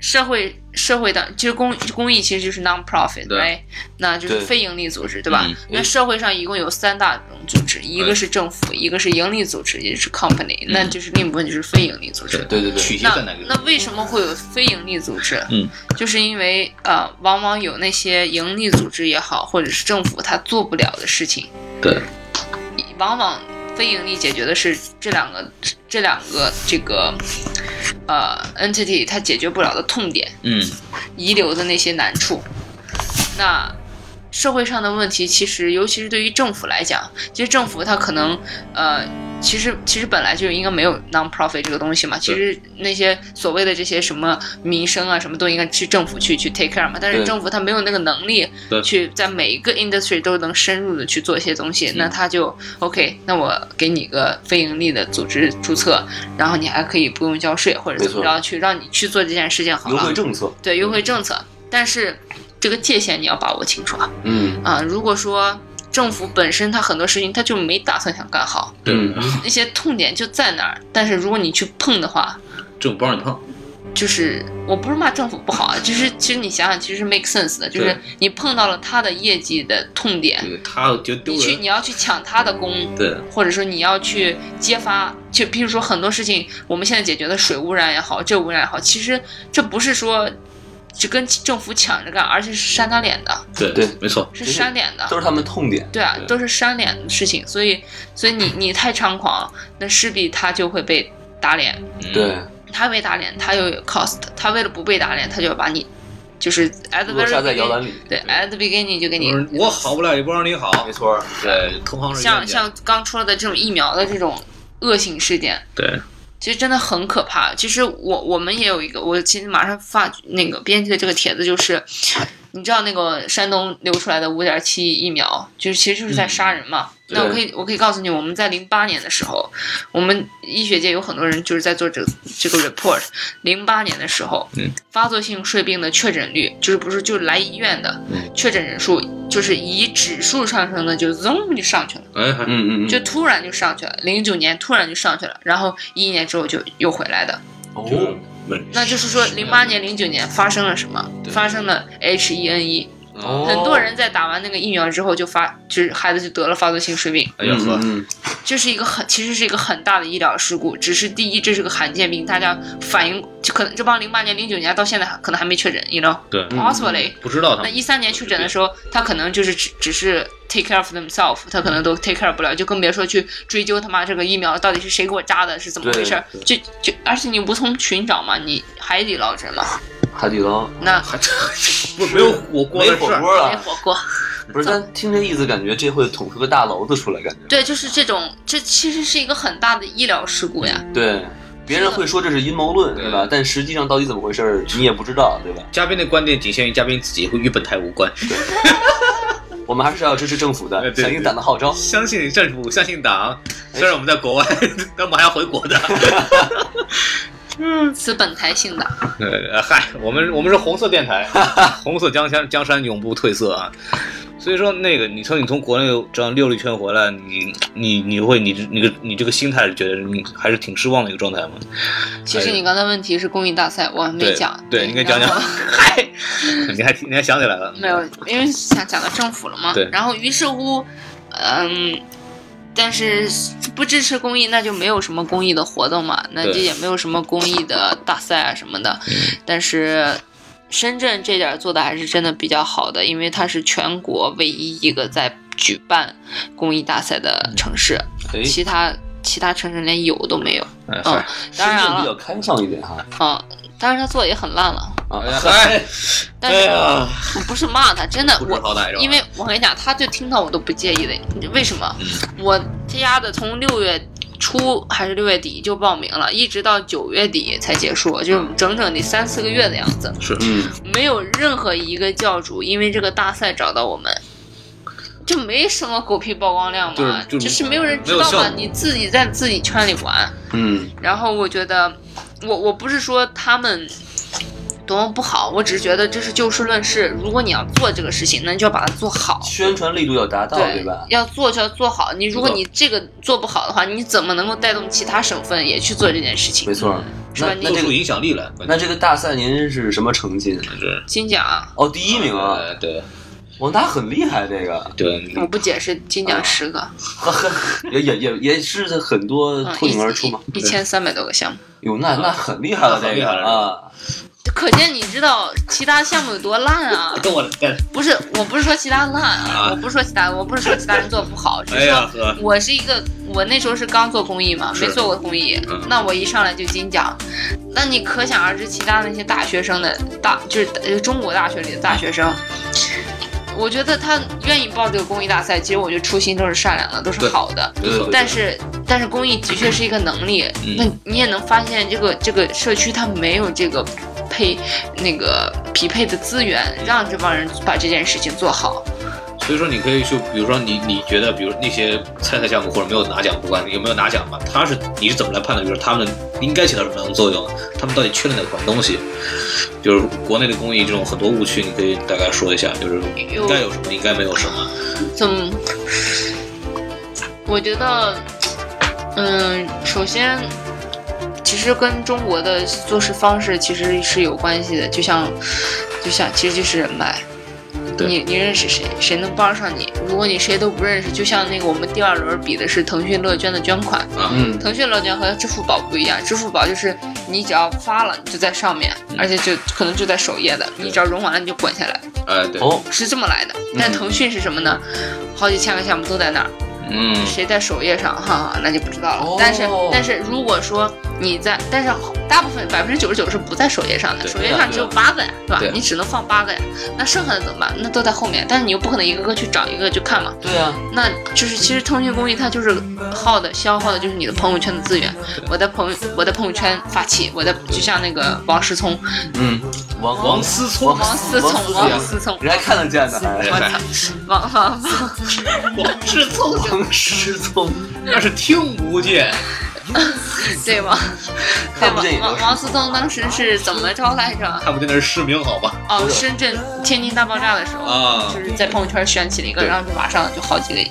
S3: 社会社会的，其实公公益其实就是 non profit，
S1: 对
S3: 对，那就是
S2: 对
S3: 非盈利组织，对吧
S1: 嗯？哎
S3: 那社会上一共有三大种组织，一个是政府，一个是盈利组织，也就是 company，那
S1: 嗯
S3: 就是另一部分就是非盈利组织。
S2: 对对对
S1: 取决
S3: 那
S1: 在哪个地
S3: 那
S1: 方？
S3: 为什么会有非盈利组织？
S1: 嗯，
S3: 就是因为呃，往往有那些盈利组织也好，或者是政府它做不了的事情，
S1: 对，
S3: 往往非盈利解决的是这两个这两个这个呃 entity 它解决不了的痛点，
S1: 嗯
S3: 遗留的那些难处。那社会上的问题，其实尤其是对于政府来讲，其实政府它可能呃，其实其实本来就应该没有 non-profit 这个东西嘛。其实那些所谓的这些什么民生啊，什么都应该去政府去去 take care 嘛。但是
S2: 对
S3: 政府它没有那个能力
S1: 对
S3: 去在每一个 industry 都能深入的去做一些东西，那他就 OK，那我给你个非盈利的组织注册，然后你还可以不用交税或者怎么
S2: 没错
S3: 着去让你去做这件事情好
S2: 优
S3: 了。
S2: 惠政策，
S3: 对优惠政策，但是这个界限你要把握清楚啊！
S2: 嗯，
S3: 啊，如果说政府本身它很多事情它就没打算想干好，
S1: 对，
S2: 嗯
S3: 那些痛点就在那儿，但是如果你去碰的话，
S1: 政府不让你碰，
S3: 就是我不是骂政府不好啊，就是其实你想想，其实是 make sense 的，就是
S1: 对
S3: 你碰到了他的业绩的痛点，
S1: 对他觉得丢
S3: 哎你去
S1: 人
S3: 你。要去抢他的功，
S1: 对，
S2: 嗯
S3: 或者说你要去揭发，就比如说很多事情，我们现在解决的水污染也好，这污染也好，其实这不是说只跟政府抢着干，而且是扇他脸的，
S1: 对
S2: 对
S1: 没错，
S3: 是
S2: 就是
S3: 扇脸的
S2: 都。是他们痛点，
S3: 对啊，
S1: 对
S3: 都是扇脸的事情，所以，所以你你太猖狂，那势必他就会被打脸。
S1: 嗯
S2: 对，
S3: 他被打脸，他又有 cost，他为了不被打脸，他就要把你，就是 at the
S2: 扼
S3: very
S2: 杀在摇篮
S3: beginning，
S2: 里，
S3: 对哎 at the beginning 就给你
S1: 就是我好不了也不让你好，
S2: 没错儿，
S1: 对，同行是
S3: 像
S1: 冤家
S3: 像刚出来的这种疫苗的这种恶性事件，
S1: 对
S3: 其实真的很可怕。其实我我们也有一个，我其实马上发那个编辑的这个帖子，就是你知道那个山东流出来的五点七亿疫苗，就是其实就是在杀人嘛。
S1: 嗯
S3: 那我可以我可以告诉你，我们在零八年的时候，我们医学界有很多人就是在做这个这个 report。零八年的时候，
S1: 嗯
S3: 发作性睡病的确诊率，就是不是就是来医院的、
S1: 嗯
S3: 确诊人数，就是以指数上升的，就 zoom 就上去了。
S1: 哎，还
S2: 嗯嗯嗯，
S3: 就突然就上去了，零九年突然就上去了，然后一一年之后就又回来的。
S1: 就
S2: 哦
S1: 稳
S3: 那就是说，零八年、零九年发生了什么？
S1: 对
S3: 发生了 H1N1，
S1: 哦
S3: E 很多人在打完那个疫苗之后就发，就是孩子就得了发作性睡病，
S1: 哎呀呵，
S2: 嗯嗯
S3: 这是一个很，其实是一个很大的医疗事故。只是第一，这是个罕见病，大家反应就可能这帮零八年、零九年到现在还可能还没确诊，you know
S1: 对，
S2: 嗯
S3: possibly。
S1: 不知道他
S3: 那
S1: 们
S3: 一三年确诊的时候，他可能就是只只是 take care of themselves，他可能都 take care 不了，就更别说去追究他妈这个疫苗到底是谁给我扎的，是怎么回事儿。就就，而且你无从寻找嘛，你海底捞针嘛，
S1: 啊
S2: 嗯海底捞
S3: 那
S1: 还不没有火锅
S2: 没
S1: 的
S2: 火
S1: 事儿，
S2: 锅
S3: 没
S2: 了，
S3: 火锅。
S2: 不是，咱听这意思，感觉这会捅出个大娄子出来，感觉
S3: 对，就是这种，这其实是一个很大的医疗事故呀。
S1: 嗯
S2: 对。别人会说这是阴谋论，对吧？但实际上到底怎么回事儿，你也不知道，对吧？
S1: 嘉宾的观点仅限于嘉宾自己，和与本台无关。
S2: 我们还是要支持政府
S1: 哎
S2: 的，
S1: 对
S2: 响应党的号召。
S1: 相信政府，相信党。虽然我们在国外， 但我们还要回国 的。嗯
S3: 此本台性的，
S1: 呃，嗨，我们我们是红色电 台，红色江山江山永不褪色啊。所以说，那个你从你从国内这样溜了一圈回来，你你你会你你个你这个心态是觉得你还是挺失望的一个状态吗？
S3: 其实你刚才问题是公益大赛，我还没
S1: 哎对
S3: 讲。
S1: 对你应该讲讲
S3: 然后嗨，
S1: 你还你还想起来了？
S3: 没有，因为想讲到政府了嘛。
S1: 对
S3: 然后于是乎，嗯，但是不支持公益，那就没有什么公益的活动嘛，那就
S1: 对
S3: 也没有什么公益的大赛啊什么的。但是深圳这点儿做的还是真的比较好的，因为它是全国唯一一个在举办公益大赛的城市，
S2: 哎，
S3: 其他其他城市连有都没有。
S1: 哎
S3: 嗯
S1: 嗨，
S2: 深
S3: 当然
S2: 圳比较
S3: 了，
S2: 开放一点哈。
S3: 嗯，当然他做的也很烂了，
S2: 啊，
S1: 哎嗨，
S3: 哦但
S1: 哎
S3: 是
S1: 呀，
S3: 我不是骂他，真的
S1: 不知
S3: 我
S1: 好歹是吧？嗯
S3: 因为我跟你讲，他就听到我都不介意的，为什么？我这丫的从六月初还是六月底就报名了，一直到九月底才结束，就整整得三四个月的样子，
S1: 是
S2: 嗯，
S3: 没有任何一个教主因为这个大赛找到我们。就没什么狗屁曝光量嘛，
S1: 就是就是
S3: 没有人知
S1: 没
S3: 道
S1: 有效
S3: 嘛
S1: 果，
S3: 你自己在自己圈里玩，
S2: 嗯，
S3: 然后我觉得，我我不是说他们多么不好，我只是觉得这是就事论事。如果你要做这个事情，那你就要把它做好。
S2: 宣传力度要达到，对吧？
S3: 要做就要做好。你如果你这个做不好的话，你怎么能够带动其他省份也去做这件事
S2: 没
S3: 情？
S2: 错。
S1: 嗯
S3: 是吧
S2: 那
S3: 你
S2: 那
S1: 做
S2: 这
S1: 出
S2: 个
S1: 影响力来，
S2: 那这个大赛您是什么成绩？
S1: 是
S3: 金奖，
S2: 哦，第一名啊！
S1: 呃对
S2: 王达很厉害，这个啊
S1: 对，
S3: 我不解释，金奖十个，
S2: 也也也也是很多
S3: 嗯，
S2: 脱颖而出嘛。
S3: 一千三百多个项目，
S2: 哟，那那很厉害
S1: 嗯
S2: 了，
S1: 很
S2: 这
S1: 厉
S2: 个
S1: 害了
S2: 啊，
S3: 可见你知道其他项目有多烂啊！
S1: 跟我哎
S3: 不是，我不是说其他烂啊，
S1: 啊
S3: 我不是说其他，我不是说其他人做不好，只
S1: 哎
S3: 是说
S1: 呀呵，
S3: 我是一个，我那时候是刚做公益嘛，
S1: 是
S3: 没做过公益，
S1: 嗯
S3: 那我一上来就金奖，那你可想而知，其他那些大学生的大就是呃中国大学里的大学生，我觉得他愿意报这个公益大赛，其实我觉得初心都是善良的，都是
S1: 对
S3: 好的。
S1: 没错
S2: 对
S3: 但是，但是公益的确是一个能力。
S1: 嗯
S3: 那你也能发现，这个这个社区它没有这个配那个匹配的资源，让这帮人把这件事情做好。
S1: 所以说，你可以就比如说你你觉得，比如那些参赛项目或者没有拿奖，不管有没有拿奖吧，他是你是怎么来判断，就是他们应该起到什么样的作用，他们到底缺了哪款东西？就是国内的公益这种很多误区，你可以大概说一下，就是应该有什么，应该没有什么。
S3: 怎么？我觉得，嗯，首先，其实跟中国的做事方式其实是有关系的，就像，就像，其实就是人脉。
S1: 对
S3: 你你认识谁，谁能帮上你？如果你谁都不认识，就像那个我们第二轮比的是腾讯乐捐的捐款，
S1: 啊，
S2: 嗯，
S3: 腾讯乐捐和支付宝不一样，支付宝就是你只要发了，你就在上面，而且就可能就在首页的，你只要融完了你就滚下来，
S1: 哎，对，
S2: 哦，
S3: 是这么来的。但
S2: 嗯
S3: 腾讯是什么呢？好几千个项目都在那儿，
S1: 嗯，
S3: 谁在首页上，哈哈，那就不知道了。
S2: 哦
S3: 但是但是如果说你在，但是大部分百分之九十九是不在首页上的，
S1: 对
S3: 首页上只有八个呀，是吧
S1: 对？
S3: 你只能放八个呀，那剩下的怎么办？那都在后面，但是你又不可能一个个去找一个去看嘛。
S2: 对啊，
S3: 那就是其实腾讯公益它就是耗的消耗的就是你的朋友圈的资源。我在朋友我在朋友圈发起，我在就像那个王思聪、
S2: 嗯，王
S1: 王思聪
S2: 王
S3: 王思聪、王
S2: 王
S3: 思聪，
S2: 人家看得见的，哎
S3: 我操，王王
S1: 王志聪，
S2: 王思聪，
S1: 那是听不见。
S3: 对吧？对
S2: 看不
S3: 吧
S2: 见也？都
S3: 王
S2: 是啊
S3: 王思聪当时是怎么着来着？
S1: 看不见那是失明，好吧？
S3: 哦，
S2: 是
S3: 深圳天津大爆炸的时候，
S1: 啊
S3: 就是在朋友圈选起了一个，
S1: 对
S3: 然后就马上就好几个亿，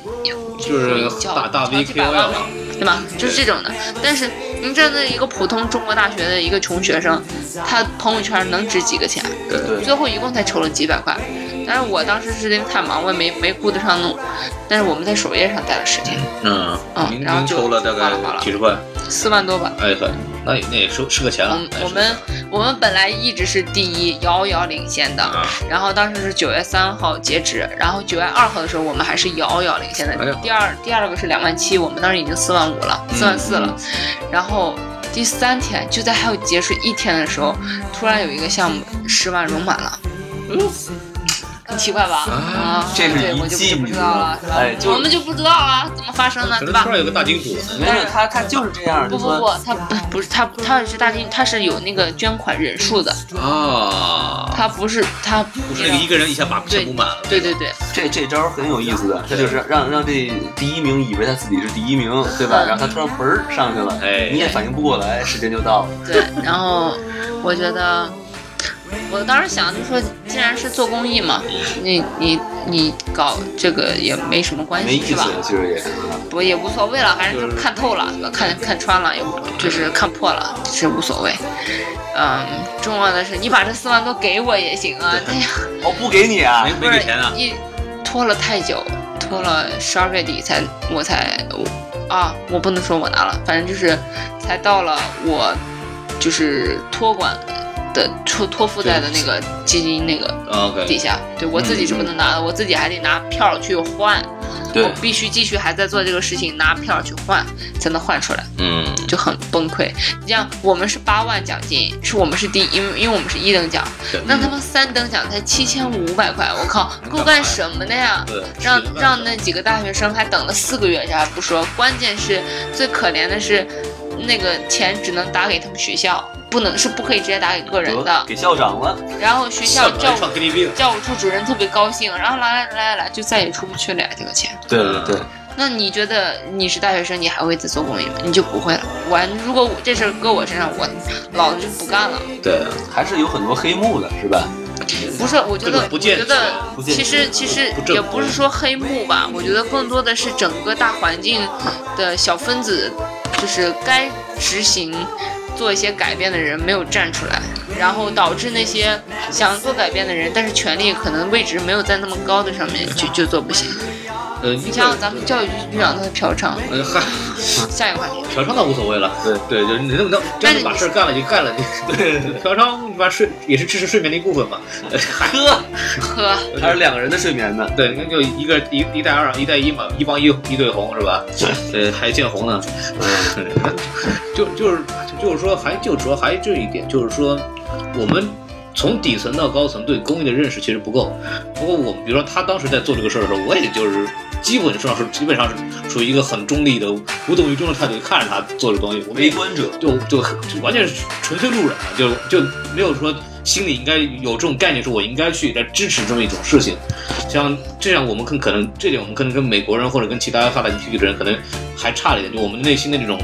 S1: 就是
S3: 叫
S1: 大大 V
S3: 好几百
S1: KOL
S3: 万
S1: 了，
S3: 对吧？就是这种的。但是您站在一个普通中国大学的一个穷学生，他朋友圈能值几个钱？
S1: 对
S2: 对
S3: 最后一共才筹了几百块。但是我当时是因为太忙，我也没没顾得上弄。但是我们在首页上待了十天，
S1: 嗯，
S3: 嗯
S1: 明
S3: 然后
S1: 明
S3: 就
S1: 抽了大
S3: 哗啦哗
S1: 概
S3: 啦
S1: 几十块，
S3: 四万多吧。
S1: 哎呵，那也那也是是个钱了
S2: 啊
S3: 嗯。
S1: 那也是
S3: 我们我们本来一直是第一，遥遥领先的。
S1: 啊，
S3: 然后当时是九月三号截止，然后九月二号的时候我们还是遥遥领先的。
S1: 哎呀
S3: 第二第二个是两万七，我们当时已经四万五了，
S2: 嗯
S3: 四万四了。然后第三天就在还有结束一天的时候，突然有一个项目十万融满了。很奇怪吧？
S1: 啊
S3: 啊，
S2: 嗯这是
S3: 对，
S2: 一
S3: 我就
S2: 季
S3: 就不
S2: 你
S3: 知
S2: 知
S3: 道
S2: 道吗
S3: 了，是吧
S2: 哎就是
S3: 我们就不知道啊，怎么发生的，
S1: 可
S3: 对
S1: 能
S3: 吧
S1: 突？然有个大金主呢。
S2: 没有他他就是这样，就
S3: 不不
S2: 说
S3: 不，他不不是他他是大金，他是有那个捐款人数的，
S1: 啊，
S3: 他不是嗯他
S1: 不是那个一个人一下把全部满了。
S3: 对对对，
S2: 这这招很有意思的，他就是让让这第一名以为他自己是第一名，对吧？
S3: 嗯
S2: 然后他突然嘣儿上去了，
S1: 哎
S2: 你也反应不过来，时间就到了。
S3: 对，然后我觉得，我当时想就说，既然是做公益嘛，你你你搞这个也没什么关
S2: 没
S3: 系，
S2: 意
S3: 是吧？
S2: 思，其实也，啊
S3: 不也无所谓了，反正就是看透了，对吧？看看穿了，也无就是看破了，是无所谓。嗯，重要的是你把这四万多给我也行啊，哎呀，
S2: 哦，不给你啊
S1: 没，没给钱啊？
S3: 一拖了太久，拖了十二月底才我才我啊，我不能说我拿了，反正就是才到了我就是托管的托托附在的那个基金那个底
S1: OK，
S3: 下，对我自己是不能拿的，我自己还得拿票去换，我
S2: 对，
S3: 必须继续还在做这个事情，拿票去换才能换出来。
S1: 嗯，
S3: 就很崩溃。你像我们是八万奖金，是我们是第一，因为因为我们是一等奖
S1: 对，
S3: 那他们三等奖才七千五百块，我靠，够干什么的呀？
S1: 对，
S3: 让
S1: 是的
S3: 让那几个大学生还等了四个月，这还不说，关键是最可怜的是，那个钱只能打给他们学校，不能是不可以直接打给个人
S2: 得
S3: 的。
S2: 给校长了，
S3: 然后学校
S1: 校
S3: 教
S1: 长
S3: 务
S1: 创 KTV 了。
S3: 教务处主任特别高兴，然后来来来来就再也出不去了呀，这个钱。
S2: 对
S1: 对对
S2: 对，
S3: 那你觉得你是大学生，你还会再做公益吗？你就不会了。完，如果我这事儿搁我身上，我老子就不干了。
S1: 对，
S2: 还是有很多黑幕的，是吧？
S3: 不是，我觉
S1: 这
S3: 得
S1: 个，不
S3: 我觉
S1: 健
S3: 得
S1: 全
S2: 不健
S3: 其实
S2: 全
S3: 其实
S1: 不正
S3: 也不是说黑幕吧，我觉得更多的是整个大环境的小分子，就是该执行做一些改变的人没有站出来，然后导致那些想做改变的人，但是权力可能位置没有在那么高的上面就就做不行。
S1: 呃，
S3: 你想想咱们教育局局长他的嫖娼，
S1: 呃，嗨，
S3: 下一个话题。
S1: 嫖娼倒无所谓了。
S2: 对
S1: 对，就是你能不能真的把事儿干了就干了，你
S2: 对，
S1: 嫖娼把睡也是支持睡眠的一部分嘛。呃嗨
S2: 呵，
S3: 呵，
S2: 还是两个人的睡眠呢。
S1: 对，你看就一个一一带二，啊一带一嘛，一帮一一对红是吧？呃，还见红呢， 就就是就是说，还就主要还就一点，就是说我们从底层到高层对公益的认识其实不够。不过我比如说他当时在做这个事儿的时候，我也就是基本上是基本上是处于一个很中立的、无动于衷的态度看着他做这东西，我们
S2: 围
S1: 也
S2: 观者，
S1: 就就就完全是纯粹路人了，就就没有说心里应该有这种概念，说我应该去来支持这么一种事情。像这样，我们更可能这点，我们可能跟美国人或者跟其他发达地区的人可能还差了一点，就我们内心的这种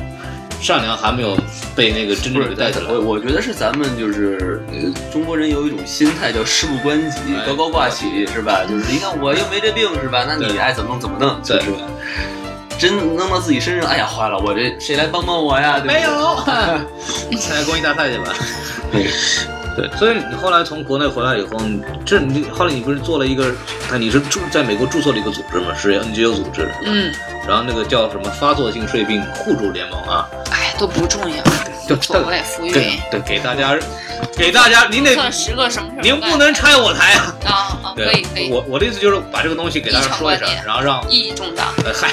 S1: 善良还没有被那个真
S2: 不
S1: 正的
S2: 是
S1: 带起来。
S2: 我我觉得是咱们就是呃，中国人有一种心态叫事不关己，
S1: 哎
S2: 高高挂起是吧？就是你看我又没这病是吧？那你
S1: 对
S2: 爱怎么弄怎么弄，
S1: 对
S2: 是吧？真弄到自己身上，哎呀，坏了，我这谁来帮帮我呀？对不对
S1: 没有， 参加公益大赛去吧。对，所以你后来从国内回来以后，你这你后来你不是做了一个，啊，你是注在美国注册了一个组织嘛，是 NGO 组织，
S3: 嗯，
S1: 然后那个叫什么发作性睡病互助联盟啊，
S3: 哎，都不重要，
S1: 就
S3: 无所谓，浮云。
S1: 对对，给大家，给大家，您得
S3: 算十个什么事儿干？
S1: 您不能拆我台啊！
S3: 啊啊，可以可以，
S1: 我我的意思就是把这个东西给大家说一
S3: 一
S1: 下
S3: 场观，点
S1: 然后让
S3: 意义重大。
S1: 呃 嗨，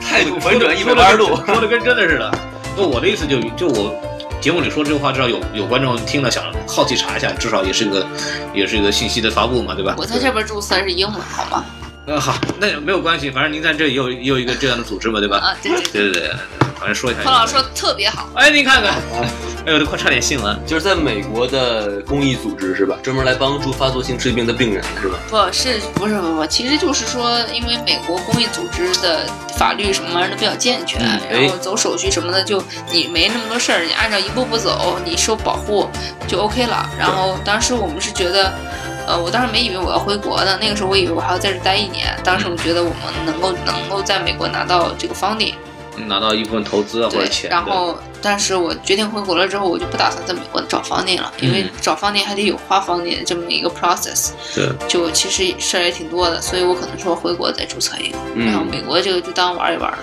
S2: 态度哎反转一百八十度。
S1: 哎说的跟真的似的。那我的意思就就我节目里说这个话，至少有有观众听了想好奇查一下，至少也是一个也是一个信息的发布嘛，对吧？
S3: 我在这边注册是英文，好
S2: 哎
S3: 吗？
S1: 那好，那也没有关系，反正您在这也有也有一个这样的组织嘛，对吧？
S3: 啊，对对，
S1: 对对对，反正说一下。
S3: 何老师说的特别好，
S1: 哎，您看看，哎呦，都快差点信了。
S2: 就是在美国的公益组织是吧？专门来帮助发作性睡病的病人是吧？
S3: 不是不是不是，其实就是说，因为美国公益组织的法律什么玩意儿都比较健全，
S2: 嗯哎
S3: 然后走手续什么的，就你没那么多事儿，你按照一步步走，你受保护就 OK 了。然后当时我们是觉得。呃，我当时没以为我要回国呢，那个时候我以为我还要在这待一年。当时我觉得我们能够能够在美国拿到这个 funding，
S1: 拿到一部分投资啊或者
S3: 对，
S1: 钱，
S3: 然后，但是我决定回国了之后，我就不打算在美国找房地了，因为
S1: 嗯
S3: 找房地还得有花房地这么一个 process，
S1: 对，
S3: 就其实事儿也挺多的，所以我可能说回国再注册一个，然后
S2: 嗯，
S3: 美国这个就当玩一玩了。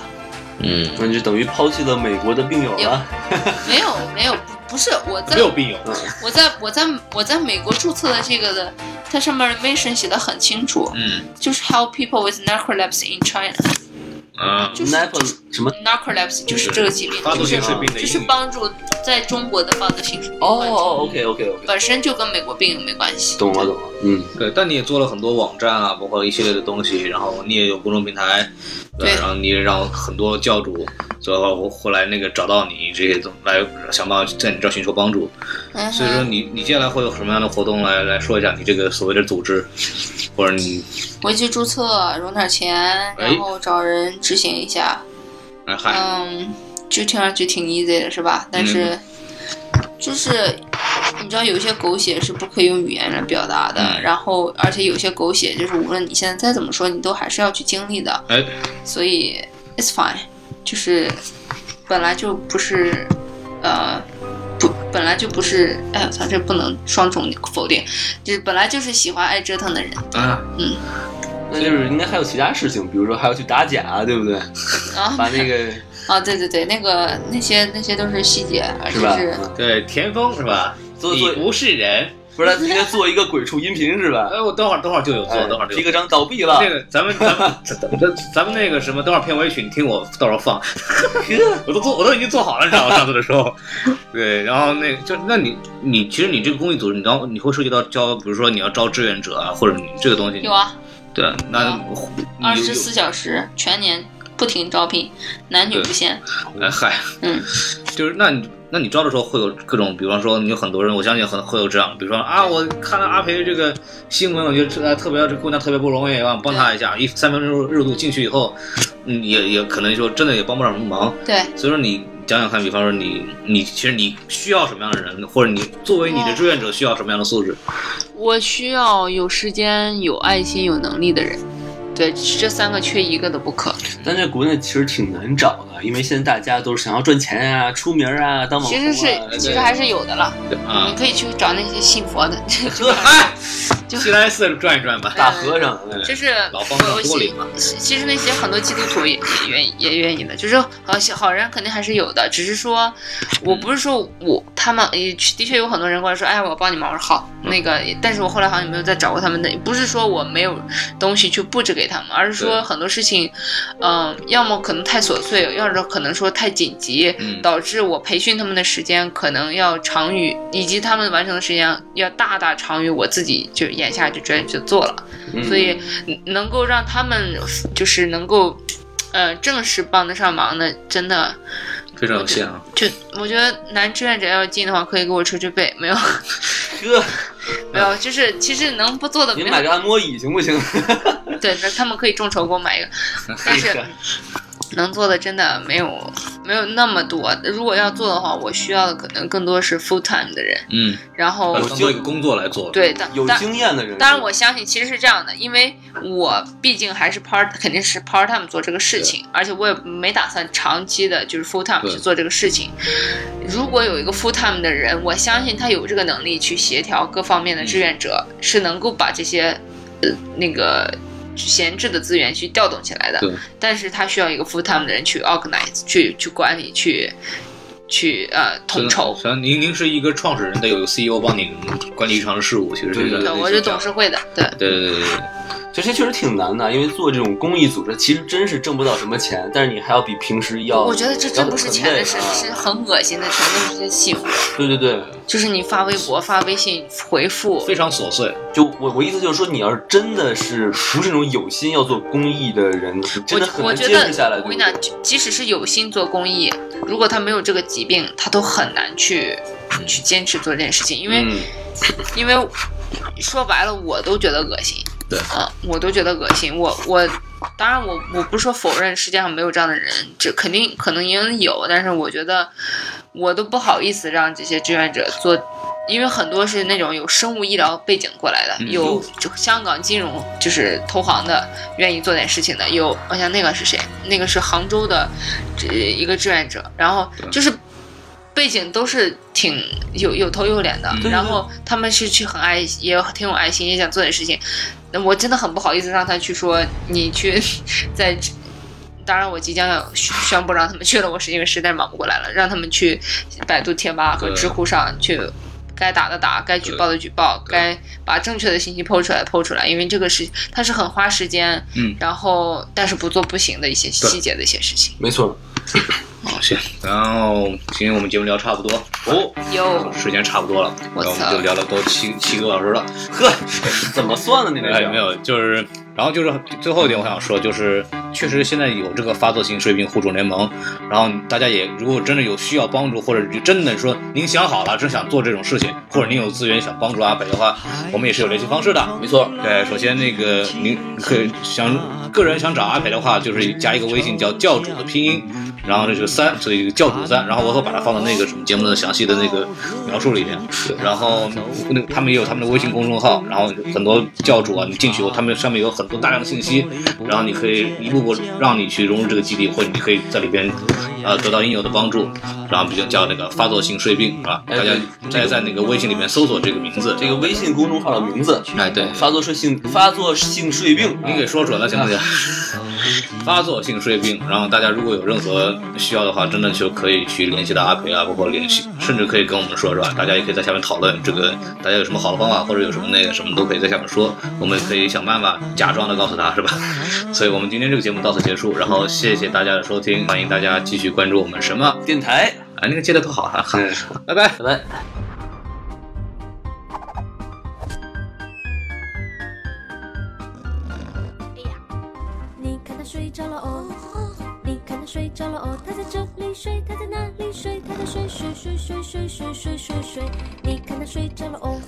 S1: 嗯，
S2: 那就等于抛弃了美国的病友了。
S3: 没有，没有，不不是我在
S1: 没有病友，
S3: 我在我在我在美国注册的这个的，它上面的 mission 写的很清楚，
S1: 嗯
S3: 就是 help people with narcolepsy in China，
S1: 啊，
S3: 就是
S2: n a p 什么？
S3: narcolepsy 就是这个疾病，
S1: 发
S3: 就
S1: 作性
S3: 是
S1: 睡病的
S3: 就
S1: 英
S3: 是
S1: 语
S3: 帮助在中国的帮助性生病
S2: 哦
S3: 患者。
S2: 哦，OK OK OK，
S3: 本身就跟美国病没关系。
S2: 懂了懂了，嗯。
S1: 对，但你也做了很多网站啊，包括一系列的东西，然后你也有公众平台，对，
S3: 对
S1: 然后你也让很多教主，最后后来那个找到你这些东来想办法在你这儿寻求帮助，
S3: 嗯
S1: 所以说你你接下来会有什么样的活动来来说一下你这个所谓的组织，或者你
S3: 回去注册，融点钱，然后找人执行一下。
S1: 哎嗨，
S3: 嗯，就听上去挺 easy 的是吧？但
S1: 嗯
S3: 是，就是你知道有一些狗血是不可以用语言来表达的，
S1: 嗯
S3: 然后而且有些狗血就是无论你现在再怎么说，你都还是要去经历的，
S1: 哎，
S3: 所以 it's fine，就是本来就不是呃。不，本来就不是，哎呀，操，这不能双重否定，就是本来就是喜欢爱折腾的人，
S1: 啊，
S2: 那就是应该还有其他事情，比如说还要去打假，对不对？
S3: 啊
S2: 把那 个
S3: 啊，对对对，那个那些那些都是细节，而且
S2: 是吧？嗯
S3: 是
S1: 对，田丰是吧？
S2: 做
S1: 你
S2: 做
S1: 不是人，
S2: 不是应该做一个鬼畜音频是吧？哎
S1: 哎，我等会儿等会儿就有做，等会儿就
S2: 皮
S1: 有。
S2: 革厂倒闭了
S1: 这，个咱们咱们咱咱咱们那个什么，等会儿片尾曲你听我到时候放， 我都做我都已经做好了，你知道吗？上次的时候，对，然后那就那你你其实你这个公益组织，你当你会涉及到招，比如说你要招志愿者啊，或者你这个东西，
S3: 有啊，
S1: 对，那
S3: 啊
S1: 你
S3: 二十四小时全年不停招聘，男女不限。
S1: 哎嗨，
S3: 嗯，
S1: 就是那你那你招的时候会有各种，比方说你有很多人，我相信很会有这样，比如说啊，我看了阿培这个新闻，我觉得啊特别这姑娘特别不容易，我想帮她一下，一三分钟热度进去以后，嗯，也也可能说真的也帮不上什么忙，
S3: 对，
S1: 所以说你讲讲看，比方说你你其实你需要什么样的人，或者你作为你的志愿者需要什么样的素质？
S3: 我需要有时间、有爱心、有能力的人。对，这三个缺一个都不可。
S2: 但在国内其实挺难找的，因为现在大家都是想要赚钱啊、出名啊、当网红
S3: 其
S2: 啊。
S3: 实是
S2: 对
S3: 其实还是有的了，你
S1: 啊，
S3: 可以去找那些信佛的，
S1: 哎，西来寺转一转吧，
S2: 大和尚，
S3: 就是
S1: 老方
S3: 我
S1: 丈
S3: 我
S1: 多
S3: 其
S1: 灵啊，
S3: 其实那些很多基督徒也也愿意也愿意的，就是好像好人肯定还是有的，只是说我不是说我他们也的确有很多人过来说，哎，我帮你忙，我说好，那个，
S1: 嗯
S3: 但是我后来好像也没有再找过他们的，不是说我没有东西去布置给他们，而是说
S1: 对
S3: 很多事情，嗯、要么可能太琐碎，要么可能说太紧急，
S1: 嗯
S3: 导致我培训他们的时间可能要长于，以及他们完成的时间要大大长于我自己就眼下就专去做了，
S2: 嗯
S3: 所以能够让他们就是能够，呃，正式帮得上忙的，真的
S1: 非常有限啊。
S3: 就我觉得男志愿者要进的话，可以给我捶捶背，没有。
S2: 嗯哥，
S3: 没有，就是其实能不做的
S2: 你
S3: 没
S2: 买
S3: 有，
S2: 个按摩椅行不行？
S3: 对，那他们可以众筹给我买一个，
S2: 嗯
S3: 但是 能做的真的没有没有那么多。如果要做的话，我需要的可能更多是 full time 的人，
S1: 嗯，
S3: 然后
S1: 把它当做一个工作来做。
S3: 对，但
S2: 呃有
S3: 但
S2: 经验的人，
S3: 当然，我相信其实是这样的，因为我毕竟还是 part，肯定是 part time 做这个事情，而且我也没打算长期的，就是 full time
S1: 对
S3: 去做这个事情。如果有一个 full time 的人，我相信他有这个能力去协调各方面的志愿者，
S1: 嗯
S3: 是能够把这些呃那个闲置的资源去调动起来的
S1: 对。
S3: 但是他需要一个 full time 的人去 organize，去去管理，去去呃统筹。
S1: 像您您是一个创始人，得有个 CEO 帮你管理日常事务，其实这
S2: 对
S1: 个
S3: 对，我是董事会的，对。
S1: 对对对对对，
S2: 这些确实挺难的，因为做这种公益组织，其实真是挣不到什么钱，但是你还要比平时要，
S3: 我觉得这真不是钱的事
S2: 要，哦很累
S3: 是
S2: 啊
S3: 很恶心的，全都是些细活，
S2: 对对对，
S3: 就是你发微博、发微信回复
S1: 非，常琐碎。
S2: 就我我意思就是说，你要是真的是不是那种有心要做公益的人，是真的很
S3: 我我
S2: 难
S3: 觉
S2: 坚持下来。
S3: 得我跟
S2: 对
S3: 你
S2: 不对
S3: 讲，即即使是有心做公益，如果他没有这个疾病，他都很难去去坚持做这件事情，因为、
S2: 嗯
S3: 因为说白了，我都觉得恶心。
S1: 对
S3: 啊，我都觉得恶心。我我当然我我不是说否认世界上没有这样的人，这肯定可能也有，但是我觉得我都不好意思让这些志愿者做。因为很多是那种有生物医疗背景过来的，
S1: 嗯
S3: 有就香港金融就是投行的，愿意做点事情的，有我想那个是谁？那个是杭州的这一个志愿者，然后
S1: 对
S3: 就是背景都是挺有有头有脸的，
S1: 嗯
S3: 然后他们是去很爱，也挺有爱心，也想做点事情。那我真的很不好意思让他去说你去在这。当然，我即将要宣宣布让他们去了，我是因为实在忙不过来了，让他们去百度贴吧和
S1: 对
S3: 知乎上去，该打的打，该举报的举报，
S1: 对
S3: 该把正确的信息抛出来抛出来，因为这个是它是很花时间，
S1: 嗯
S3: 然后但是不做不行的一些细节的一些事情。
S2: 没错，
S1: 好，行。然后今天我们节目聊差不多哦，
S3: 有
S1: 时间差不多了，
S3: 我
S1: 然后我们
S3: 操
S1: 就聊了都七七个小时了。
S2: 呵，怎么算呢？你这
S1: 哎，
S2: 是
S1: 没有，就是，然后就是最后一点，我想说，就是确实现在有这个发作性睡病互助联盟，然后大家也如果真的有需要帮助，或者真的说您想好了，真想做这种事情，或者您有资源想帮助阿北的话，我们也是有联系方式的。
S4: 没错
S1: 对，首先那个您可以想个人想找阿北的话，就是加一个微信叫教主的拼音，然后这是三，所以教主三，然后我会把它放到那个什么节目的详细的那个描述里面。然后那个他们也有他们的微信公众号，然后很多教主啊，你进去以后，他们上面有很多大量的信息，然后你可以一步步让你去融入这个基地，或者你可以在里边呃得到应有的帮助。然后比较叫那个发作性睡病啊，大家大家在那个微信里面搜索这个名字，
S2: 哎这个微信公众号的名字，
S1: 哎对嗯
S2: 发作睡性发作性睡病，啊
S1: 你给说准了行不行？ 发作性睡病，然后大家如果有任何需要的话，真的就可以去联系到阿培啊，包括联系，甚至可以跟我们说，是吧？大家也可以在下面讨论这个，大家有什么好的方法，或者有什么那个什么都可以在下面说，我们可以想办法假装的告诉他，是吧？ 所以我们今天这个节目到此结束，然后谢谢大家的收听，欢迎大家继续关注我们什么啊
S2: 电台，，
S1: 那个接的特好哈、
S2: 嗯，
S1: 拜拜。
S2: 拜拜。
S5: 你看他睡着了哦，你看他睡着了哦，他在这里睡，他在那里睡，他在睡睡睡睡睡睡睡睡睡，你看他睡着了哦，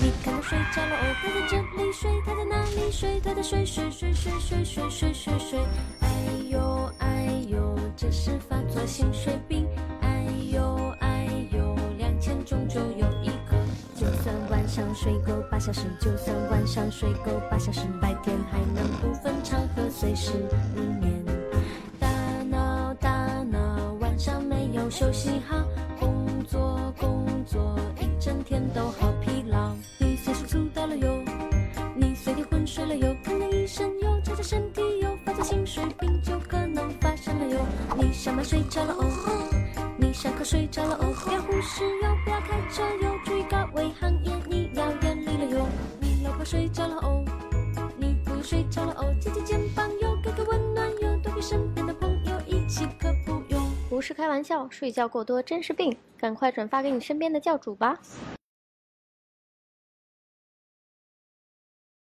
S5: 你看他睡着了哦，他在这里睡，他在那里睡，他在睡睡睡睡睡睡睡睡睡，哎呦哎呦，这是发作性睡病，哎呦哎呦，两千中就有一个。就算晚上睡够八小时，就算晚上睡够八小时，白天还能不分场合随时入眠。大脑大脑，晚上没有休息好，工作工作，一整天都好疲劳。你随时出到了哟，你随地昏睡了哟，看见医生哟，查查身体哟，发作性水病就可能发生了哟。你上班睡着了哦。你上课睡着了哦，不要忽视哟，不要开车哟，注意高危行业你要睡着了哦，你不用睡着了哦，借借肩膀哟，给个温暖哟，多给身边的朋友一起可不用。
S4: 不是开玩笑，睡觉过多真是病，赶快转发给你身边的教主吧。